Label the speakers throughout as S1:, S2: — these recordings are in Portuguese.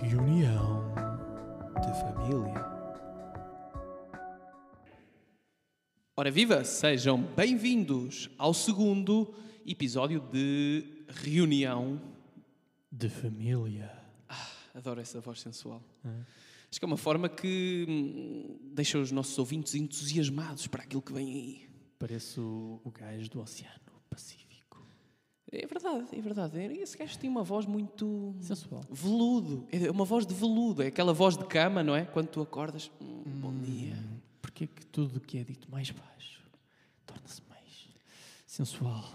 S1: Reunião de família.
S2: Ora viva, sejam bem-vindos ao segundo episódio de Reunião.
S1: De família.
S2: Adoro essa voz sensual.
S1: É.
S2: Acho que é uma forma que hum, deixa os nossos ouvintes entusiasmados para aquilo que vem aí.
S1: Parece o, o gajo do Oceano Pacífico.
S2: É verdade, é verdade. Esse gajo tem uma voz muito
S1: Sensual.
S2: veludo. É uma voz de veludo, é aquela voz de cama, não é? Quando tu acordas, hum, bom dia.
S1: Porquê que tudo o que é dito mais baixo torna-se mais sensual?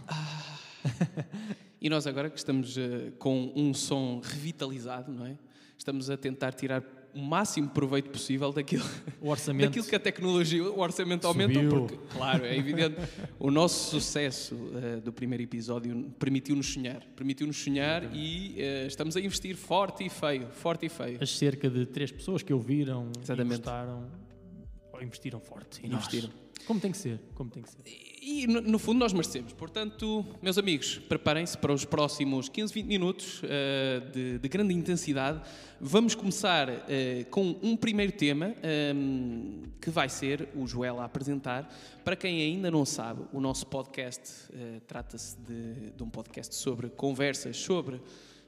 S2: E nós agora que estamos eh, com um som revitalizado, não é? Estamos a tentar tirar o máximo proveito possível daquilo,
S1: O orçamento.
S2: daquilo que a tecnologia, o orçamento aumenta,
S1: Subiu.
S2: porque, claro, é evidente, o nosso sucesso eh, do primeiro episódio permitiu-nos sonhar, permitiu-nos sonhar e eh, estamos a investir forte e feio, forte e feio.
S1: As cerca de três pessoas que ouviram
S2: Exatamente.
S1: e gostaram ou investiram forte. E
S2: Investiram.
S1: Nós. Como tem que ser, como tem que ser.
S2: E no, no fundo nós merecemos. Portanto, meus amigos, preparem-se para os próximos 15, 20 minutos eh, de, de grande intensidade. Vamos começar eh, com um primeiro tema ehm, que vai ser o Joel a apresentar. Para quem ainda não sabe, o nosso podcast eh, trata-se de, de um podcast sobre conversas, sobre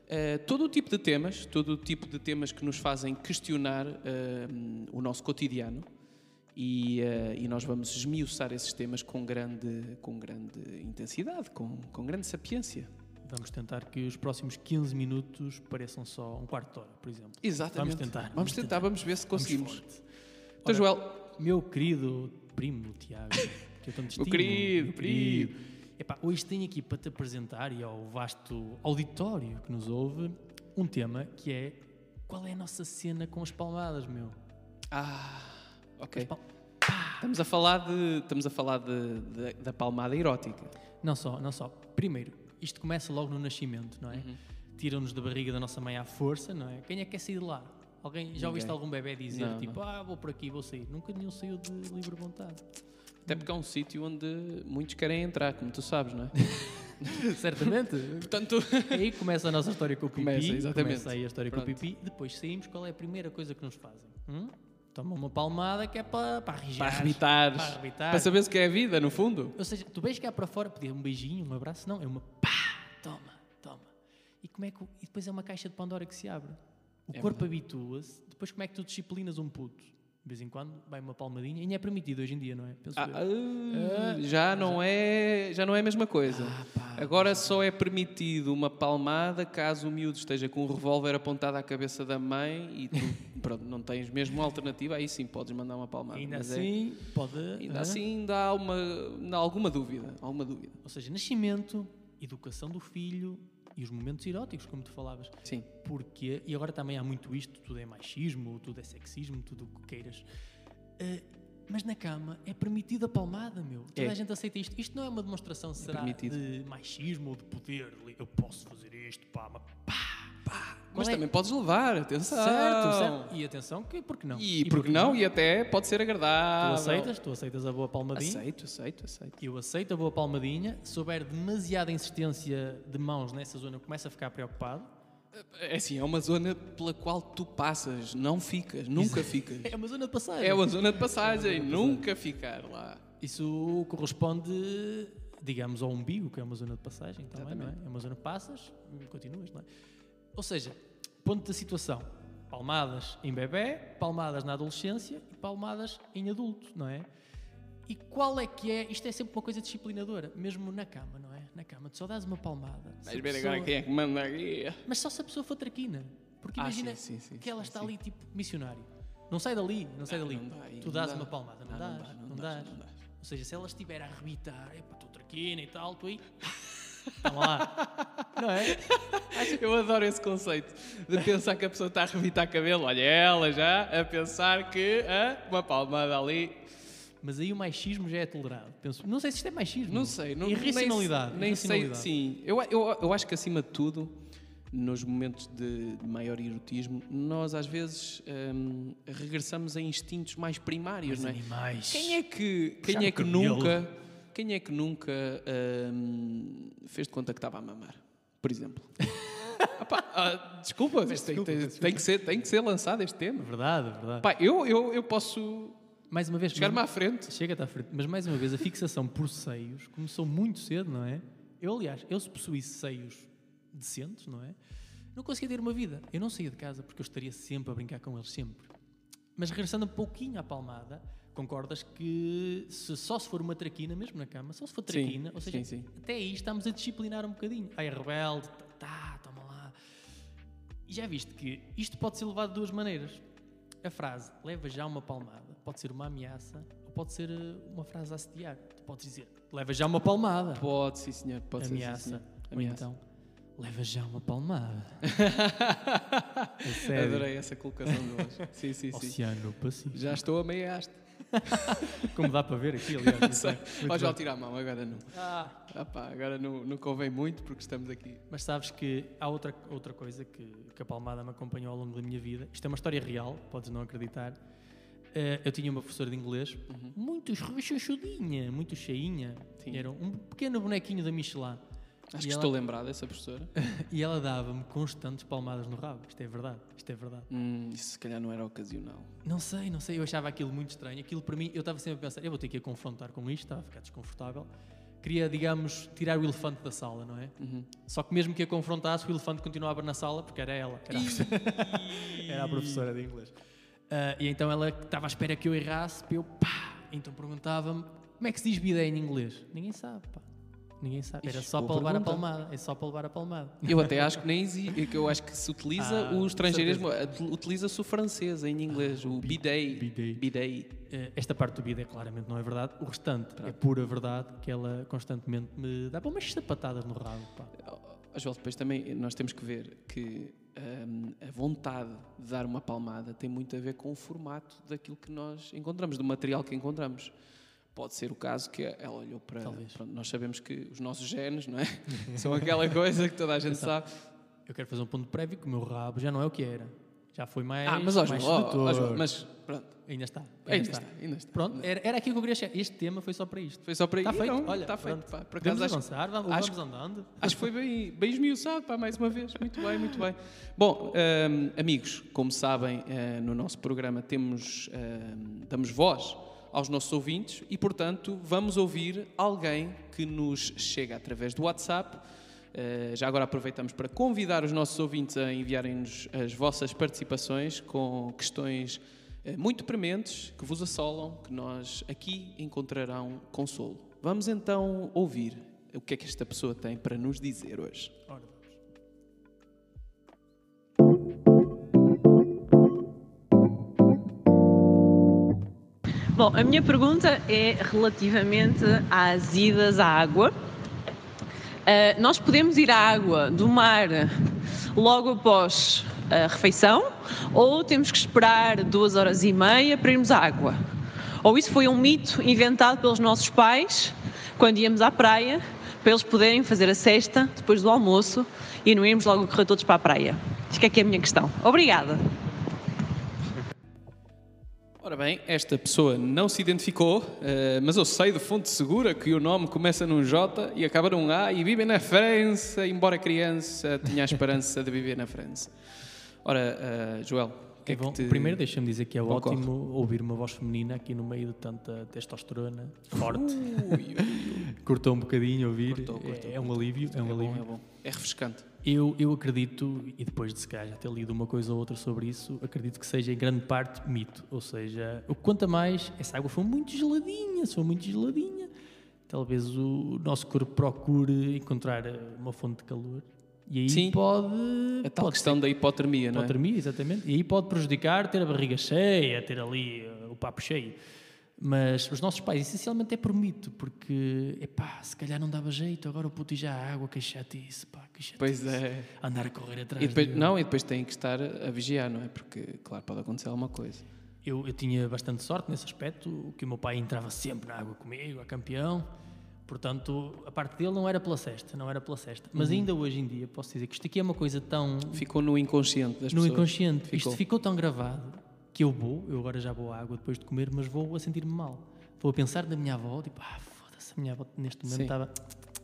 S2: eh, todo o tipo de temas, todo o tipo de temas que nos fazem questionar ehm, o nosso cotidiano e, eh, e nós vamos esmiuçar esses temas com grande, com grande intensidade, com, com grande sapiência.
S1: Vamos tentar que os próximos 15 minutos pareçam só um quarto de hora, por exemplo. Vamos
S2: Exatamente.
S1: tentar.
S2: Vamos tentar, vamos ver se
S1: Vamos
S2: conseguimos.
S1: forte.
S2: Então,
S1: Ora,
S2: Joel,
S1: Meu querido primo Tiago, que eu tanto estimo.
S2: querido
S1: meu Epá, hoje tenho aqui para te apresentar e ao vasto auditório que nos ouve um tema que é qual é a nossa cena com as palmadas, meu?
S2: ah,
S1: As
S2: ok.
S1: pal-
S2: Estamos a falar, de, estamos a falar de, de- da palmada erótica.
S1: Não só, não só. Primeiro, isto começa logo no nascimento, não é?
S2: Uhum.
S1: Tiram-nos da barriga da nossa mãe à força, não é? Quem é que quer sair de lá? Alguém, já ouviste
S2: Ninguém.
S1: algum bebê dizer
S2: Não,
S1: tipo, ah, vou por aqui, vou sair? Nunca nenhum saiu de livre vontade.
S2: Até porque é um sítio onde muitos querem entrar, como tu sabes, não é?
S1: Certamente.
S2: Portanto,
S1: Aí começa a nossa história com o pipi.
S2: Começa, exatamente.
S1: começa aí a história com o
S2: Pronto.
S1: pipi. Depois saímos, qual é a primeira coisa que nos fazem? Hum? Toma uma palmada que é para para
S2: para
S1: arrejar.
S2: arrebitares,
S1: Para arrebitar.
S2: para saberes o que é a vida, no fundo.
S1: Ou seja, tu vês cá para fora pedir um beijinho, um abraço, não, é uma pá, toma, toma. E como é que o- e depois é uma caixa de Pandora que se abre.
S2: É
S1: O corpo habitua-se, depois como é que tu disciplinas um puto? De vez em quando vai uma palmadinha, ainda é permitido hoje em dia, não é? Penso
S2: Ah,
S1: eu.
S2: ah, já não é já não é a mesma coisa agora só é permitido uma palmada caso o miúdo esteja com um revólver apontado à cabeça da mãe e tu pronto, não tens mesmo alternativa aí sim podes mandar uma palmada
S1: ainda
S2: Mas é-
S1: assim, pode.
S2: ainda
S1: hã?
S2: assim ainda há uma ainda há alguma dúvida alguma dúvida
S1: Ou seja, nascimento, educação do filho e os momentos eróticos, como tu falavas.
S2: sim
S1: Porque, e agora também há muito isto, tudo é machismo, tudo é sexismo, tudo o que queiras. Ah, mas na cama é permitida a palmada, meu. Toda
S2: É.
S1: a gente aceita isto. Isto não é uma demonstração, será,
S2: permitido.
S1: de machismo ou de poder. Eu posso fazer isto, pá, mas pá, pá.
S2: mas
S1: Não é-
S2: também podes levar atenção
S1: Certo, certo. E atenção, que porque não?
S2: e, porque não e é até pode ser
S1: Tu
S2: agradável
S1: aceitas, tu aceitas a boa palmadinha.
S2: aceito aceito aceito
S1: Eu aceito a boa palmadinha. Se houver demasiada insistência de mãos nessa zona, eu começo a ficar preocupado.
S2: é assim é uma zona pela qual tu passas não ficas nunca ficas
S1: É uma zona de passagem.
S2: É uma zona de passagem, nunca ficar lá.
S1: Isso corresponde, digamos, ao umbigo, que é uma zona de passagem também, não é? É uma zona que passas, hum, continuas, não é? Ou seja, ponto da situação. Palmadas em bebê, palmadas na adolescência e palmadas em adulto, não é? E qual é que é? Isto é sempre uma coisa disciplinadora, mesmo na cama, não é? Na cama, tu só dás uma palmada. Se
S2: Vais
S1: a
S2: ver
S1: pessoa-
S2: agora quem é que manda aqui.
S1: Mas só se a pessoa for traquina. Porque
S2: Ah,
S1: imagina
S2: sim, sim, sim,
S1: que ela
S2: sim,
S1: está
S2: sim. Ah,
S1: ali, tipo, missionário. Não sai dali, não sai dali.
S2: não dá, aí
S1: tu
S2: não
S1: dás
S2: dá.
S1: uma palmada, não,
S2: Ah, não
S1: dás,
S2: dá,
S1: não,
S2: não
S1: dás,
S2: dás, não dás.
S1: Ou seja, se ela estiver a arrebitar, epá, tu traquina e tal, tu aí. Estão lá. não é?
S2: Eu adoro esse conceito de pensar que a pessoa está a revitar cabelo. Olha, ela já a pensar que hã, uma palmada ali.
S1: Mas aí o machismo já é tolerado. Penso, não sei se isto é machismo.
S2: Não sei, não,
S1: Irracionalidade.
S2: Nem, sei- nem sei.
S1: irracionalidade.
S2: Sim, eu, eu, eu acho que acima de tudo, nos momentos de maior erotismo, nós às vezes hum, regressamos a instintos mais primários, não é?
S1: Animais.
S2: Quem é que, quem
S1: no
S2: é que
S1: cabelo.
S2: nunca, quem é que nunca hum, fez de conta que estava a mamar, por exemplo? Opa, ah, desculpa, mas tem,
S1: desculpa,
S2: tem-
S1: desculpa.
S2: tem que ser, tem que ser lançado este tema.
S1: É Verdade, verdade.
S2: Pá, eu, eu, eu posso
S1: mais uma vez,
S2: chegar-me
S1: mas-
S2: à frente.
S1: chega-te à frente. tá Mas mais uma vez, a fixação por seios começou muito cedo, não é? Eu, aliás, eu se possuísse seios decentes, não é? Não conseguia ter uma vida. Eu não saía de casa porque eu estaria sempre a brincar com eles, sempre. Mas regressando um pouquinho à palmada, concordas que se, só se for uma traquina, mesmo na cama, só se for
S2: Sim,
S1: traquina, ou seja,
S2: sim, sim.
S1: até aí estamos a disciplinar um bocadinho. Ai, rebelde, tá, tá, toma lá. E já viste que isto pode ser levado de duas maneiras. A frase leva já uma palmada pode ser uma ameaça ou pode ser eh, uma frase a assediar. Tu podes dizer leva já uma palmada.
S2: Pode, sim, senhor. Pode ser, sim,
S1: ameaça.
S2: senhor.
S1: Ou então leva já uma palmada. A sério. Oh,
S2: Adorei essa colocação de hoje. sim, sim, sim.
S1: Oceano Pacífico.
S2: Já estou a meia haste.
S1: Como dá para ver aqui, aliás. isso é muito
S2: Ó, já
S1: bom.
S2: tirar a mão, agora não.
S1: Ah,
S2: Ah, pá, agora não, não convém muito porque estamos aqui.
S1: Mas sabes que há outra, outra coisa que, que a palmada me acompanhou ao longo da minha vida. Isto é uma história real, podes não acreditar. Eh, eu tinha uma professora de inglês muito rechonchudinha, muito cheinha.
S2: Sim.
S1: Era um pequeno bonequinho da Michelin. E
S2: Acho que
S1: ela-
S2: estou lembrado dessa professora.
S1: E ela dava-me constantes palmadas no rabo. Isto é verdade, isto é verdade.
S2: Hum, isso se calhar não era ocasional.
S1: Não sei, não sei, eu achava aquilo muito estranho. Aquilo para mim, eu estava sempre a pensar, eu vou ter que a confrontar com isto, estava a ficar desconfortável. Queria, digamos, tirar o elefante da sala, não é?
S2: Uhum.
S1: Só que mesmo que a confrontasse, o elefante continuava na sala, porque era ela. Era a Era a professora de inglês. Ah, e então ela estava à espera que eu errasse, para eu pá! Então perguntava-me como é que se diz bidé em inglês? Ninguém sabe, pá. Ninguém sabe. Era
S2: Ixi,
S1: só
S2: boa
S1: para levar a
S2: pergunta.
S1: palmada. É só para levar a palmada.
S2: Eu até acho que nem exi- é que eu acho que se utiliza
S1: Ah,
S2: o estrangeirismo, utiliza-se o francês em inglês, o bidet.
S1: bidet. Eh, esta parte do bidé claramente não é verdade. O restante é pura verdade que ela constantemente me dá umas sapatadas no rabo, pá.
S2: Ó, Joel, Ah, depois também nós temos que ver que hum, a vontade de dar uma palmada tem muito a ver com o formato daquilo que nós encontramos, do material que encontramos. Pode ser o caso que ela olhou para.
S1: Talvez.
S2: pronto, nós sabemos que os nossos genes, não é? São aquela coisa que toda a gente
S1: Então,
S2: sabe.
S1: Eu quero fazer um ponto prévio que o meu rabo já não é o que era. Já foi mais.
S2: Ah, mas ó, Joel,
S1: é mais
S2: ó, ó,
S1: sedutor.
S2: Joel, mas pronto.
S1: Ainda está.
S2: Ainda está, ainda está.
S1: Pronto, era, era aquilo que eu queria chegar. Este tema foi só para isto.
S2: Foi só para
S1: Está
S2: Ih,
S1: Tá feito,
S2: não,
S1: olha.
S2: Está feito,
S1: pronto.
S2: pá. Por
S1: Podemos
S2: acaso acho-
S1: avançar, vamos,
S2: acho-
S1: vamos andando.
S2: Acho que foi bem, bem esmiuçado, pá, mais uma vez. Muito bem, muito bem. Bom, hum, amigos, como sabem, eh, no nosso programa temos, hum, damos voz aos nossos ouvintes e, portanto, vamos ouvir alguém que nos chega através do WhatsApp. Eh, já agora aproveitamos para convidar os nossos ouvintes a enviarem-nos as vossas participações com questões eh, muito prementes que vos assolam, que nós aqui encontrarão consolo. Vamos então ouvir o que é que esta pessoa tem para nos dizer hoje.
S1: Ora, vamos.
S3: Bom, a minha pergunta é relativamente às idas à água. Ah, nós podemos ir à água do mar logo após a refeição ou temos que esperar duas horas e meia para irmos à água? Ou isso foi um mito inventado pelos nossos pais quando íamos à praia para eles poderem fazer a cesta depois do almoço e não irmos logo correr todos para a praia? Isto que é que é a minha questão. Obrigada.
S2: Ora bem, esta pessoa não se identificou, eh, mas eu sei de fonte segura que o nome começa num J e acaba num A e vive na França, embora criança tinha a esperança de viver na França. Ora, eh, Joel, o que é
S1: É
S2: que
S1: bom.
S2: te...
S1: Primeiro, deixa-me dizer que é
S2: ocorre?
S1: ótimo ouvir uma voz feminina aqui no meio de tanta testosterona forte.
S2: Ui, ui,
S1: Cortou um bocadinho ouvir.
S2: Uh! Cortou,
S1: É-
S2: cortou,
S1: é, um alívio, é um
S2: ui, é bom,
S1: alívio.
S2: é bom. É refrescante.
S1: Eu, eu acredito, e depois de se calhar já ter lido uma coisa ou outra sobre isso, acredito que seja em grande parte mito. Ou seja, o que conta mais, essa água foi muito geladinha, se foi muito geladinha. Talvez o nosso corpo procure encontrar eh, uma fonte de calor. E aí
S2: Sim.
S1: pode.
S2: A tal
S1: pode
S2: questão da É hipotermia, não é?
S1: Hipotermia, exatamente. E aí pode prejudicar ter a barriga cheia, ter ali eh, o papo cheio. Mas os nossos pais, essencialmente, é por mito, porque, epá, se calhar não dava jeito, agora o puto já há água, que chatice, pá, que chatice.
S2: Pois é.
S1: Andar a correr atrás.
S2: E depois,
S1: dele.
S2: não, e depois têm que estar a vigiar, não é? Porque, claro, pode acontecer alguma coisa.
S1: Eu, eu tinha bastante sorte nesse aspecto, que o meu pai entrava sempre na água comigo, a campeão. Portanto, a parte dele não era pela cesta, não era pela cesta. Mas
S2: Uhum.
S1: ainda hoje em dia, posso dizer que isto aqui é uma coisa tão
S2: Ficou no inconsciente das
S1: no
S2: pessoas.
S1: inconsciente.
S2: Ficou.
S1: Isto ficou tão gravado que eu vou, eu agora já vou à água depois de comer, mas vou a sentir-me mal. Vou a pensar na minha avó, tipo, ah, foda-se, a minha avó neste momento
S2: Sim.
S1: estava,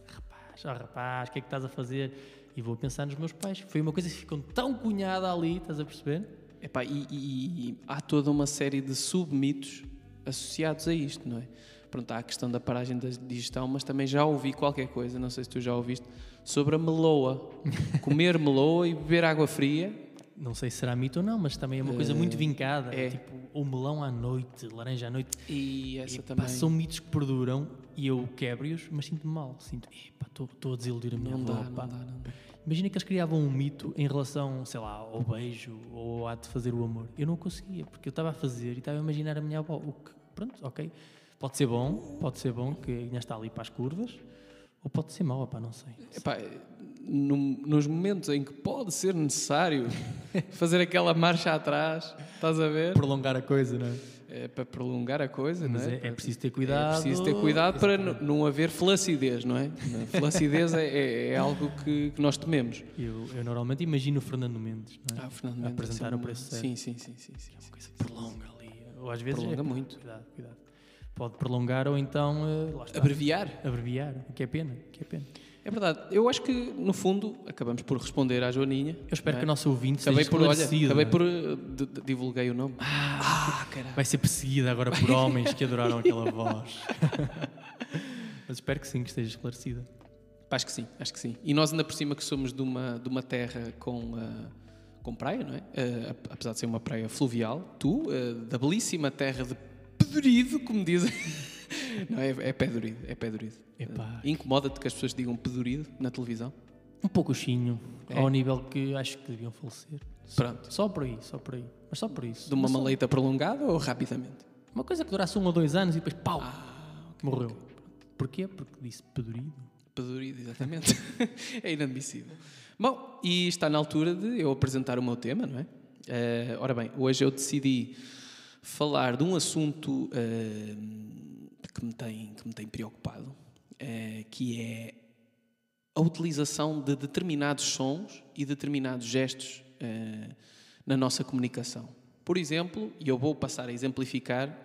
S1: rapaz, ó rapaz, o que é que estás a fazer? E E vou pensar nos meus pais. Foi uma coisa que ficou tão cunhada ali, estás a perceber?
S2: Epá, e, e- e há toda uma série de submitos associados a isto, não é? Pronto, há a questão da paragem da digestão, mas também já ouvi qualquer coisa, não sei se tu já ouviste, sobre a meloa. Comer meloa e beber água fria.
S1: Não sei se será mito ou não, mas também é uma coisa muito vincada.
S2: é.
S1: Tipo, o melão à noite, laranja à noite.
S2: E essa
S1: E, pá,
S2: também.
S1: são mitos que perduram e eu quebro-os, mas sinto-me mal. Sinto, estou a desiludir a minha
S2: Não
S1: avó.
S2: dá, não
S1: pá."
S2: dá, não dá.
S1: Imagina que eles criavam um mito em relação, sei lá, ao beijo ou ao ato de fazer o amor. Eu não conseguia, porque eu estava a fazer e estava a imaginar a minha avó. O que, pronto, ok. Pode ser bom, pode ser bom, que ainda está ali para as curvas, ou pode ser mau, opá, não sei.
S2: Epá, num- nos momentos em que pode ser necessário fazer aquela marcha atrás, estás a ver?
S1: Prolongar a coisa, não é?
S2: É para prolongar a coisa,
S1: Mas
S2: não é?
S1: é, é preciso ter
S2: É
S1: cuidado.
S2: preciso ter cuidado para n- não haver flacidez, não é? A Flacidez é, é- é algo que, que nós tememos.
S1: Eu, eu normalmente imagino o Fernando Mendes, não é?
S2: Ah, Fernando Mendes, É
S1: apresentar
S2: sim,
S1: o preço certo.
S2: Sim, sim, sim. sim, sim, sim.
S1: coisa que prolonga ali. Ou às vezes.
S2: Prolonga
S1: é, pá,
S2: muito.
S1: Cuidado, cuidado. Pode prolongar ou então. eh, lá está.
S2: Abreviar.
S1: Abreviar. O que é pena. o Que é pena.
S2: É verdade. Eu acho que, no fundo, acabamos por responder à Joaninha.
S1: Eu espero
S2: não é?
S1: que o nosso ouvinte
S2: Acabei
S1: seja
S2: por, olha,
S1: esclarecido. né? é?
S2: acabei por... eh, d- d- divulguei o nome. Ah, caralho.
S1: Vai ser perseguida agora por homens que adoraram aquela voz. Mas espero que sim, que esteja esclarecida.
S2: Acho que sim, acho que sim. E nós ainda por cima que somos de uma, de uma terra com, ah, com praia, não é? Ah, ap- apesar de ser uma praia fluvial, tu, ah, da belíssima terra de Pedurido, como dizem. não, é, é Pedurido, é Pedurido.
S1: Epá.
S2: Ah, Incomoda-te que as pessoas digam Pedurido na televisão?
S1: Um pouco chinho,
S2: É.
S1: ao nível que acho que deviam falecer.
S2: Pronto.
S1: Só por aí, só por aí. Mas só por isso.
S2: De uma
S1: Mas só-
S2: maleita prolongada ou rapidamente?
S1: Uma coisa que durasse um ou dois anos e depois pau!
S2: Ah,
S1: morreu. Porquê? Porque disse pedorido.
S2: Pedurido, exatamente. é inadmissível. Bom, e está na altura de eu apresentar o meu tema, não é? Eh, ora bem, hoje eu decidi falar de um assunto eh, que, me tem, que me tem preocupado, eh, que é a utilização de determinados sons e determinados gestos eh, na nossa comunicação. Por exemplo, e eu vou passar a exemplificar,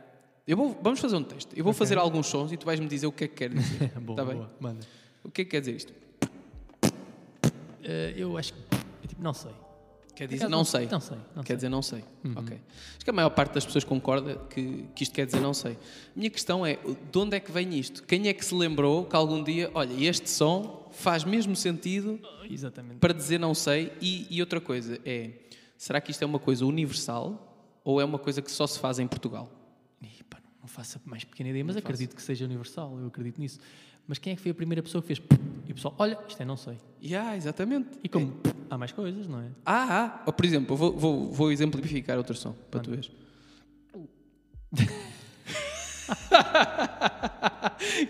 S2: eu vou, vamos fazer um teste. Eu vou fazer alguns sons e tu vais me dizer o que é que quer dizer.
S1: boa,
S2: Tá bem.
S1: boa. Manda.
S2: O que é que quer dizer isto?
S1: Eh, eu acho que. é tipo, não sei.
S2: Quer
S1: Por
S2: dizer
S1: acaso
S2: não sei.
S1: Não sei. Não
S2: quer
S1: sei.
S2: dizer não sei. Ok. Acho que a maior parte das pessoas concorda que, que isto quer dizer não sei. Minha questão é, de onde é que vem isto? Quem é que se lembrou que algum dia, olha, este som faz mesmo sentido
S1: Exatamente.
S2: para dizer não sei? E, e outra coisa é, será que isto é uma coisa universal ou é uma coisa que só se faz em Portugal?
S1: Ih, pá, não, não faço a mais pequena ideia, mas acredito que seja universal, eu acredito nisso. Mas quem é que foi a primeira pessoa que fez? E o pessoal, olha, isto é não sei.
S2: Yeah, exatamente.
S1: E como há mais coisas, não é?
S2: Ah, ah. Ou, por exemplo, eu vou, vou, vou exemplificar outro som para tu veres.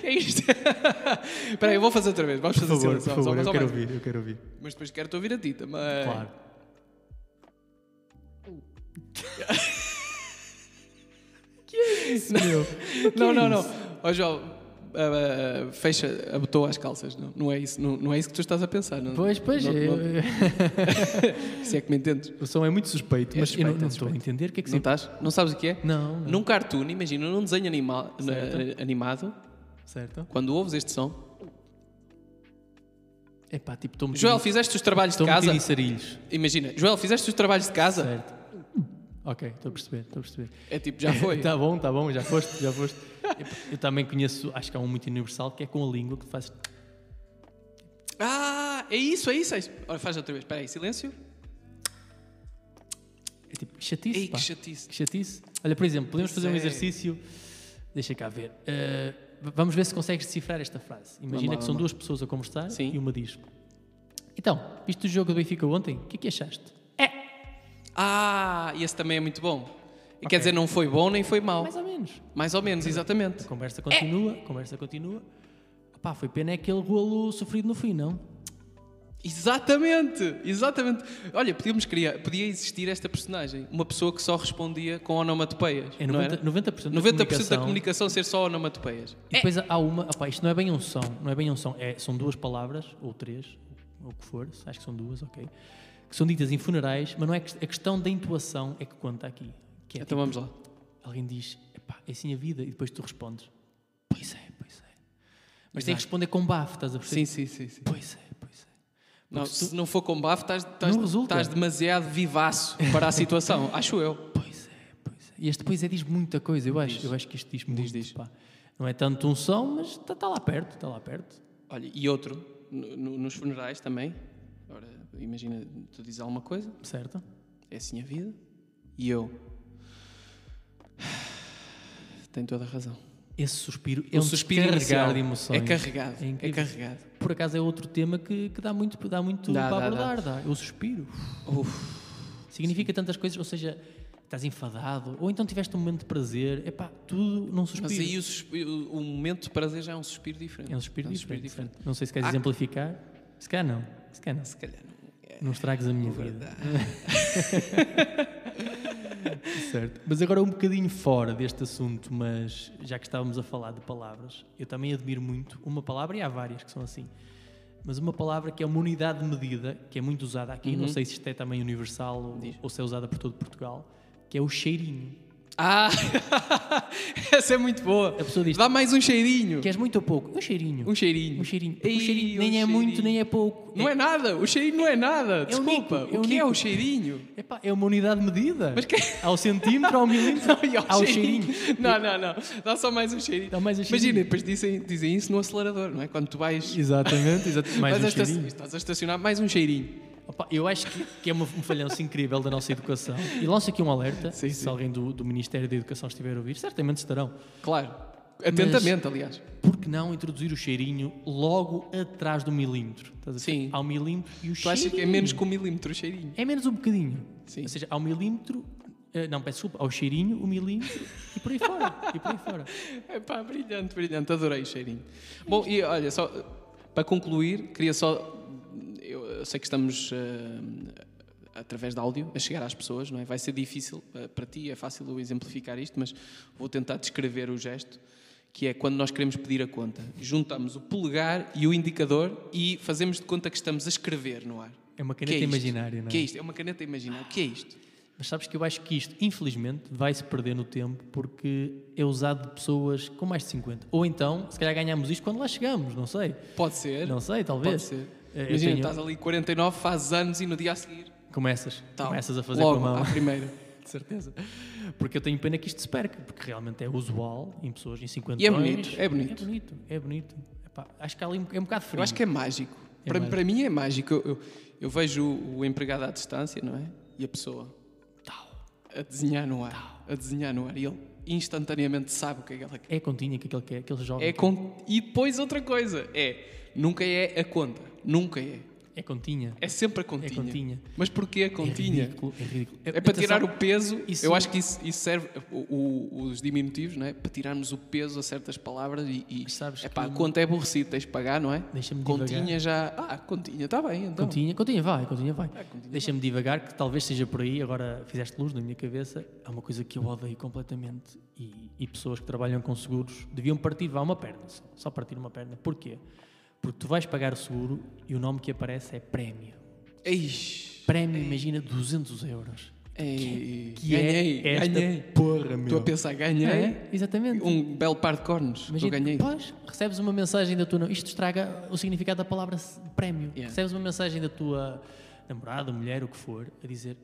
S2: que é isto? Espera aí, eu vou fazer outra vez. Vamos fazer assim, só- só- só mais uma.
S1: eu quero ouvir.
S2: Mas depois quero-te ouvir a ti também.
S1: Claro.
S2: é Não,
S1: é
S2: não, não. Ó João, ah, ah, fecha, abotou as calças. Não, não, é isso, não, não é isso que tu estás a pensar. Não,
S1: Pois, pois,
S2: não, não-
S1: eu-
S2: se é que me entendes.
S1: o som é muito suspeito,
S2: É
S1: mas eu
S2: suspeito,
S1: não,
S2: é
S1: não estou a
S2: suspeito.
S1: entender o que é que
S2: Não tá.
S1: se...
S2: estás? Não sabes o que é?
S1: Não, não,
S2: Num cartoon, imagina, num desenho anima- eh,
S1: Certo.
S2: animado,
S1: certo?
S2: quando ouves este som,
S1: É pá, tipo, estou-me...
S2: Joel, fizeste os trabalhos de casa?
S1: Estou-me sarilhos.
S2: Imagina, Joel, fizeste os trabalhos de casa?
S1: Certo. Ok, estou a perceber, estou a perceber.
S2: É tipo, já foi.
S1: Está Tá bom, está bom, já foste, já foste. Eu- Eu também conheço, acho que há um muito universal, que é com a língua que tu fazes...
S2: ah, é isso, é isso. É isso. Ora, faz outra vez. Espera aí, silêncio.
S1: É tipo, chatice,
S2: Ei,
S1: pá.
S2: que chatice.
S1: Que chatice. Olha, por exemplo, podemos fazer um
S2: Sério?
S1: exercício. Deixa cá ver. Eh, v- vamos ver se consegues decifrar esta frase. Imagina
S2: lá,
S1: que são duas
S2: vamos
S1: pessoas a conversar
S2: Sim.
S1: e uma diz: Então, viste o jogo do Benfica ontem? O que é que achaste? É,
S2: Ah, esse também é muito bom. E Quer
S1: Ok.
S2: dizer, não foi bom nem foi mau.
S1: mais ou menos.
S2: Mais ou menos, exatamente.
S1: A conversa continua, a conversa continua. Pá, foi pena é aquele golo sofrido no fim, não?
S2: Exatamente, exatamente. Olha, podíamos criar, podia existir esta personagem. Uma pessoa que só respondia com onomatopeias.
S1: É
S2: não era?
S1: 90%, 90 da
S2: 90% da
S1: comunicação.
S2: comunicação ser só onomatopeias.
S1: E depois há uma, opá, isto não é bem um som, não é bem um som, é, são duas palavras, ou três, ou o que for, acho que são duas, ok, que são ditas em funerais, mas não é que, a questão da intuação é que conta aqui. Que é,
S2: Então vamos lá.
S1: tipo, alguém diz, epá, é assim a vida, e depois tu respondes, pois é, pois é. Mas tem que responder com bafo, estás a perceber?
S2: Sim, sim, sim. sim.
S1: Pois é, pois é.
S2: Não,
S1: Porque se-
S2: se não for com bafo, estás, estás,
S1: Não resulta.
S2: estás demasiado vivaço para a situação, acho eu.
S1: Pois é, pois é. E este pois é diz muita coisa, eu acho.
S2: Diz.
S1: Eu acho que este diz muito.
S2: Diz, diz.
S1: pá. Não é tanto um som, mas está lá perto, está lá perto.
S2: Olha, e outro, no- no- nos funerais também. Ora, imagina, tu dizes alguma coisa,
S1: Certo?
S2: é assim a vida, e eu. Tem toda a razão.
S1: Esse suspiro é
S2: O
S1: um
S2: suspiro
S1: descarregar
S2: inicial
S1: de emoções.
S2: É carregado,
S1: É
S2: é,
S1: incrível.
S2: carregado.
S1: Por acaso é outro tema que, que dá muito, dá muito
S2: Dá,
S1: para
S2: dá, dá.
S1: abordar. Dá. Eu suspiro.
S2: Uf,
S1: Significa tantas coisas, ou seja, estás enfadado, ou então tiveste um momento de prazer. É pá, tudo não suspiro.
S2: mas aí o, suspi- o- o momento de prazer já é um suspiro diferente.
S1: É um suspiro diferente. certo? Não sei se queres exemplificar. Se calhar não. Se calhar não.
S2: Se calhar não é.
S1: Não estragues a minha vida. certo. Mas agora um bocadinho fora deste assunto, mas já que estávamos a falar de palavras, eu também admiro muito uma palavra, e há várias que são assim, mas uma palavra que é uma unidade de medida, que é muito usada aqui, não sei se isto é também universal ou,
S2: Diz.
S1: ou se é usada por todo Portugal, que é o cheirinho.
S2: Ah! Essa é muito boa.
S1: A pessoa diz,
S2: Dá mais um cheirinho.
S1: queres muito ou pouco? Um cheirinho.
S2: Um cheirinho.
S1: Um cheirinho. Porque
S2: Ei,
S1: o cheirinho
S2: um
S1: nem é muito,
S2: cheirinho.
S1: nem é pouco.
S2: Não é nada, o cheirinho não é nada.
S1: É o Nico,
S2: Desculpa,
S1: é
S2: o
S1: o
S2: que é
S1: Nico.
S2: o cheirinho?
S1: Epá, é uma unidade de medida.
S2: Mas que-
S1: Ao centímetro, ao milímetro,
S2: E
S1: ao cheirinho.
S2: Não, não, não. Dá só mais um cheirinho.
S1: Dá mais um
S2: Imagina,
S1: cheirinho.
S2: depois dizem, dizem isso no acelerador, não é? Quando tu vais,
S1: Exatamente, exatamente. Mais
S2: vais
S1: um
S2: a esta-
S1: cheirinho.
S2: estás a estacionar, mais um cheirinho.
S1: Opa, eu acho que, que é uma- um falhanço incrível da nossa educação. E lanço aqui um alerta,
S2: Sim,
S1: se
S2: sim.
S1: alguém do, do Ministério da Educação estiver a ouvir, certamente estarão.
S2: Claro. Atentamente, aliás.
S1: Por que não introduzir o cheirinho logo atrás do milímetro? Estás a ver?
S2: Sim.
S1: Ao milímetro e o
S2: Tu achas que é
S1: cheirinho.
S2: menos que um milímetro o cheirinho?
S1: É menos um bocadinho.
S2: Sim.
S1: Ou seja, ao milímetro... eh, Não, peço desculpa, ao cheirinho, o milímetro e por aí fora. e por aí fora.
S2: É pá, brilhante, brilhante, adorei o cheirinho. Bom, e olha, só eh, para concluir, queria só. Eu, eu sei que estamos eh, através de áudio a chegar às pessoas, não é? Vai ser difícil eh, para ti, é fácil eu exemplificar isto, mas vou tentar descrever o gesto, que é quando nós queremos pedir a conta. Juntamos o polegar e o indicador e fazemos de conta que estamos a escrever no ar.
S1: É uma
S2: Que
S1: caneta
S2: isto?
S1: imaginária, não é?
S2: Que é isto? É uma caneta imaginária. O que é isto?
S1: Mas sabes que eu acho que isto, infelizmente, vai se perder no tempo porque é usado de pessoas com mais de 50. Ou então, se calhar ganhamos isto quando lá chegamos, não sei.
S2: Pode ser.
S1: Não sei,
S2: Pode
S1: talvez.
S2: ser.
S1: Eh, eu
S2: Imagina,
S1: tenho-
S2: estás ali 49, fazes anos e no dia a seguir.
S1: Começas,
S2: Tal.
S1: começas a fazer
S2: Logo,
S1: com a mão.
S2: à primeira.
S1: De certeza. Porque eu tenho pena que isto se perca, porque realmente é usual em pessoas em 50
S2: E é bonito, é bonito.
S1: É bonito, é bonito. Epá, acho que há ali um- é um bocado frio.
S2: Eu acho que é mágico.
S1: É
S2: para,
S1: mágico.
S2: para mim é mágico. Eu, eu- eu vejo o, o empregado à distância, não é? E a pessoa a desenhar no ar. A desenhar no ar. E ele instantaneamente sabe o que é que ela quer.
S1: É a continha que aquele, que aquele jovem.
S2: É con- E depois outra coisa. É, nunca é a conta. Nunca é.
S1: É continha.
S2: É sempre a continha.
S1: continha.
S2: Mas porquê a
S1: É
S2: continha?
S1: ridículo. É, ridículo.
S2: É para tirar o
S1: Atenção,
S2: peso.
S1: isso-
S2: Eu acho que isso, isso serve, o- o- os diminutivos, não é? Para tirarmos o peso a certas palavras e. e
S1: Mas sabes
S2: epá,
S1: que-
S2: a conta é aborrecida, tens de pagar, não é?
S1: Deixa-me divagar.
S2: Continha já. Ah, continha, está bem, então.
S1: Continha, continha, vai, continha, vai.
S2: continha,
S1: Deixa-me divagar, que talvez seja por aí, agora fizeste luz na minha cabeça. Há uma coisa que eu odeio completamente e, e pessoas que trabalham com seguros deviam partir, vá, uma perna, só, só partir uma perna. Porquê? Porque tu vais pagar o seguro e o nome que aparece é prémio.
S2: Eish,
S1: Prémio, imagina, 200 euros.
S2: ei,
S1: Que
S2: ganhei,
S1: é esta
S2: ganhei.
S1: porra, meu.
S2: Estou a pensar, ganhei
S1: É, exatamente.
S2: um belo par de cornos. que eu ganhei.
S1: Pois, recebes uma mensagem da tua. não- Isto estraga o significado da palavra s- prémio.
S2: Yeah.
S1: Recebes uma mensagem da tua namorada, mulher, o que for, a dizer: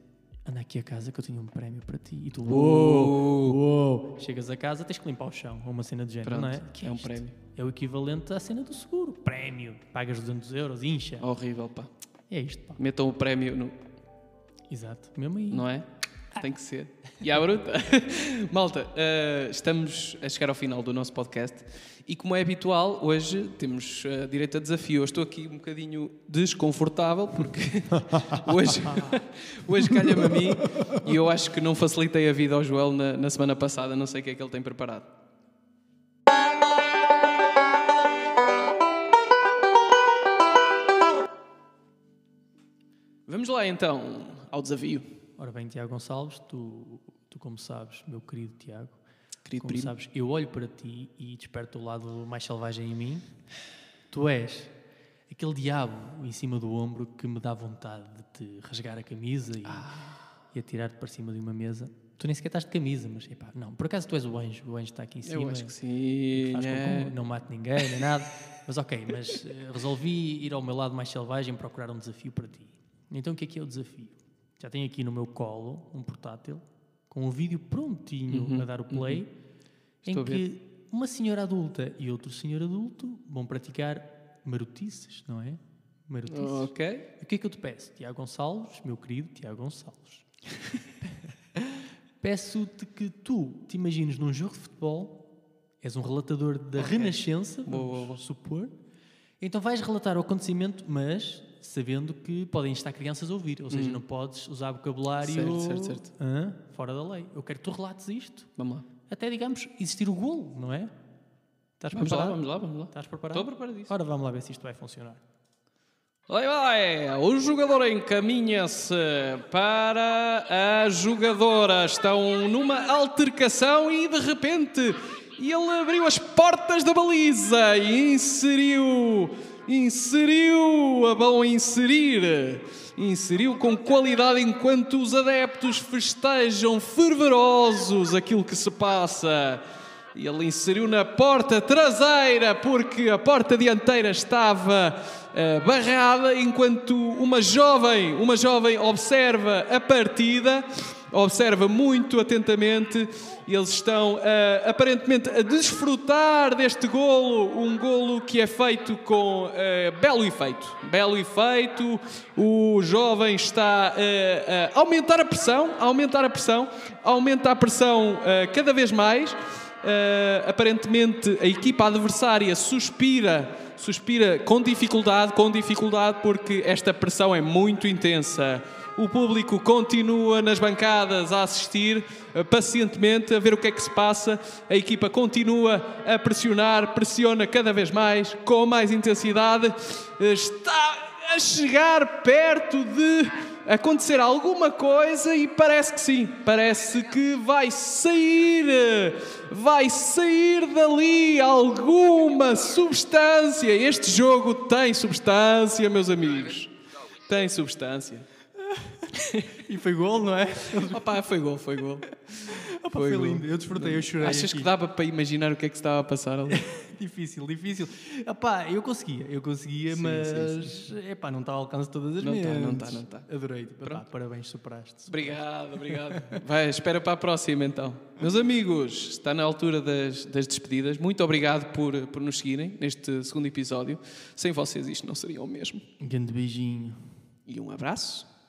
S1: anda aqui a casa que eu tenho um prémio para ti. E tu, uou, uou. Chegas a casa, tens que limpar o chão, ou uma cena de género,
S2: Pronto,
S1: não é? Que
S2: é um
S1: isto?
S2: prémio.
S1: É o equivalente à cena do seguro. Prémio. Pagas 200 euros, incha.
S2: Horrível, pá.
S1: É isto, pá.
S2: Metam o prémio, no,
S1: Exato. Mesmo aí.
S2: não é? Tem que ser. E à bruta. Malta, eh, estamos a chegar ao final do nosso podcast e, como é habitual, hoje temos eh, direito a desafio. Eu estou aqui um bocadinho desconfortável porque hoje, hoje calha-me a mim e eu acho que não facilitei a vida ao Joel na, na semana passada. Não sei o que é que ele tem preparado. Vamos lá então ao desafio.
S1: Ora bem, Tiago Gonçalves, tu, tu como sabes, meu querido Tiago,
S2: Querido
S1: como
S2: primo.
S1: sabes, eu olho para ti e desperto o lado mais selvagem em mim. Tu és aquele diabo em cima do ombro
S2: Ah.
S1: que me dá vontade de te rasgar a camisa e, e atirar-te para cima de uma mesa. Tu nem sequer estás de camisa, mas epá, não. Por acaso tu és o anjo, o anjo está aqui em cima.
S2: Eu acho que sim.
S1: faz com
S2: né?
S1: que eu não mate ninguém, nem nada. Mas ok, mas eh, resolvi ir ao meu lado mais selvagem procurar um desafio para ti. Então o que é que é o desafio? Já tenho aqui no meu colo um portátil com um vídeo prontinho a dar o play
S2: Uhum,
S1: em
S2: Estou a
S1: que
S2: ver.
S1: uma senhora adulta e outro senhor adulto vão praticar marotices, não é? Marotices.
S2: Ok.
S1: O que é que eu te peço? Tiago Gonçalves, meu querido Tiago Gonçalves. Peço-te que tu te imagines num jogo de futebol, és um relatador da Renascença,
S2: Boa,
S1: vamos
S2: boa, boa.
S1: supor, então vais relatar o acontecimento, mas sabendo que podem estar crianças a ouvir, ou seja, não podes usar vocabulário
S2: Hum. Certo, certo, certo.
S1: hã, fora da lei. Eu quero que tu relates isto,
S2: Vamos lá.
S1: até, digamos, existir o golo, não é? Estás
S2: Vamos lá,
S1: preparado?
S2: vamos lá, vamos lá.
S1: Estás preparado?
S2: Estou preparadíssimo.
S1: Ora, vamos lá ver se isto vai funcionar.
S2: Lá vai! O jogador encaminha-se para a jogadora. Estão numa altercação e de repente ele abriu as portas da baliza e inseriu. Inseriu! A bom inserir! Inseriu com qualidade enquanto os adeptos festejam fervorosos aquilo que se passa. E ele inseriu na porta traseira, porque a porta dianteira estava eh, barrada, enquanto uma jovem, uma jovem observa a partida, observa muito atentamente. e Eles estão eh, aparentemente a desfrutar deste golo, um golo que é feito com eh, belo efeito. Belo efeito, o jovem está eh, a aumentar a pressão, a aumentar a pressão, aumenta a pressão eh, cada vez mais. Uh, aparentemente a equipa adversária suspira, suspira com dificuldade, com dificuldade porque esta pressão é muito intensa. O público continua nas bancadas a assistir uh, pacientemente, a ver o que é que se passa. A equipa continua a pressionar, pressiona cada vez mais, com mais intensidade. Uh, Está a chegar perto de acontecer alguma coisa e parece que sim, parece que vai sair, vai sair dali alguma substância. Este jogo tem substância, meus amigos. Tem substância.
S4: E foi gol, não é?
S2: Opa, foi gol, foi gol.
S4: Opa,
S2: Foi
S4: foi,
S2: gol.
S4: lindo. Eu desfrutei, eu chorei.
S2: Achas
S4: aqui.
S2: que dava para imaginar o que é que se estava a passar ali?
S4: Difícil, difícil. Epá, eu conseguia, eu conseguia,
S2: Sim,
S4: mas epá, não está ao alcance de todas as
S2: Não tá,
S4: mentes.
S2: não tá, não tá.
S4: Adorei. Epá, parabéns, superaste.
S2: Obrigado, obrigado. Vai, espera para a próxima então. Meus amigos, está na altura das, das despedidas. Muito obrigado por, por nos seguirem neste segundo episódio. Sem vocês isto não seria o mesmo.
S4: Um grande beijinho.
S2: E um abraço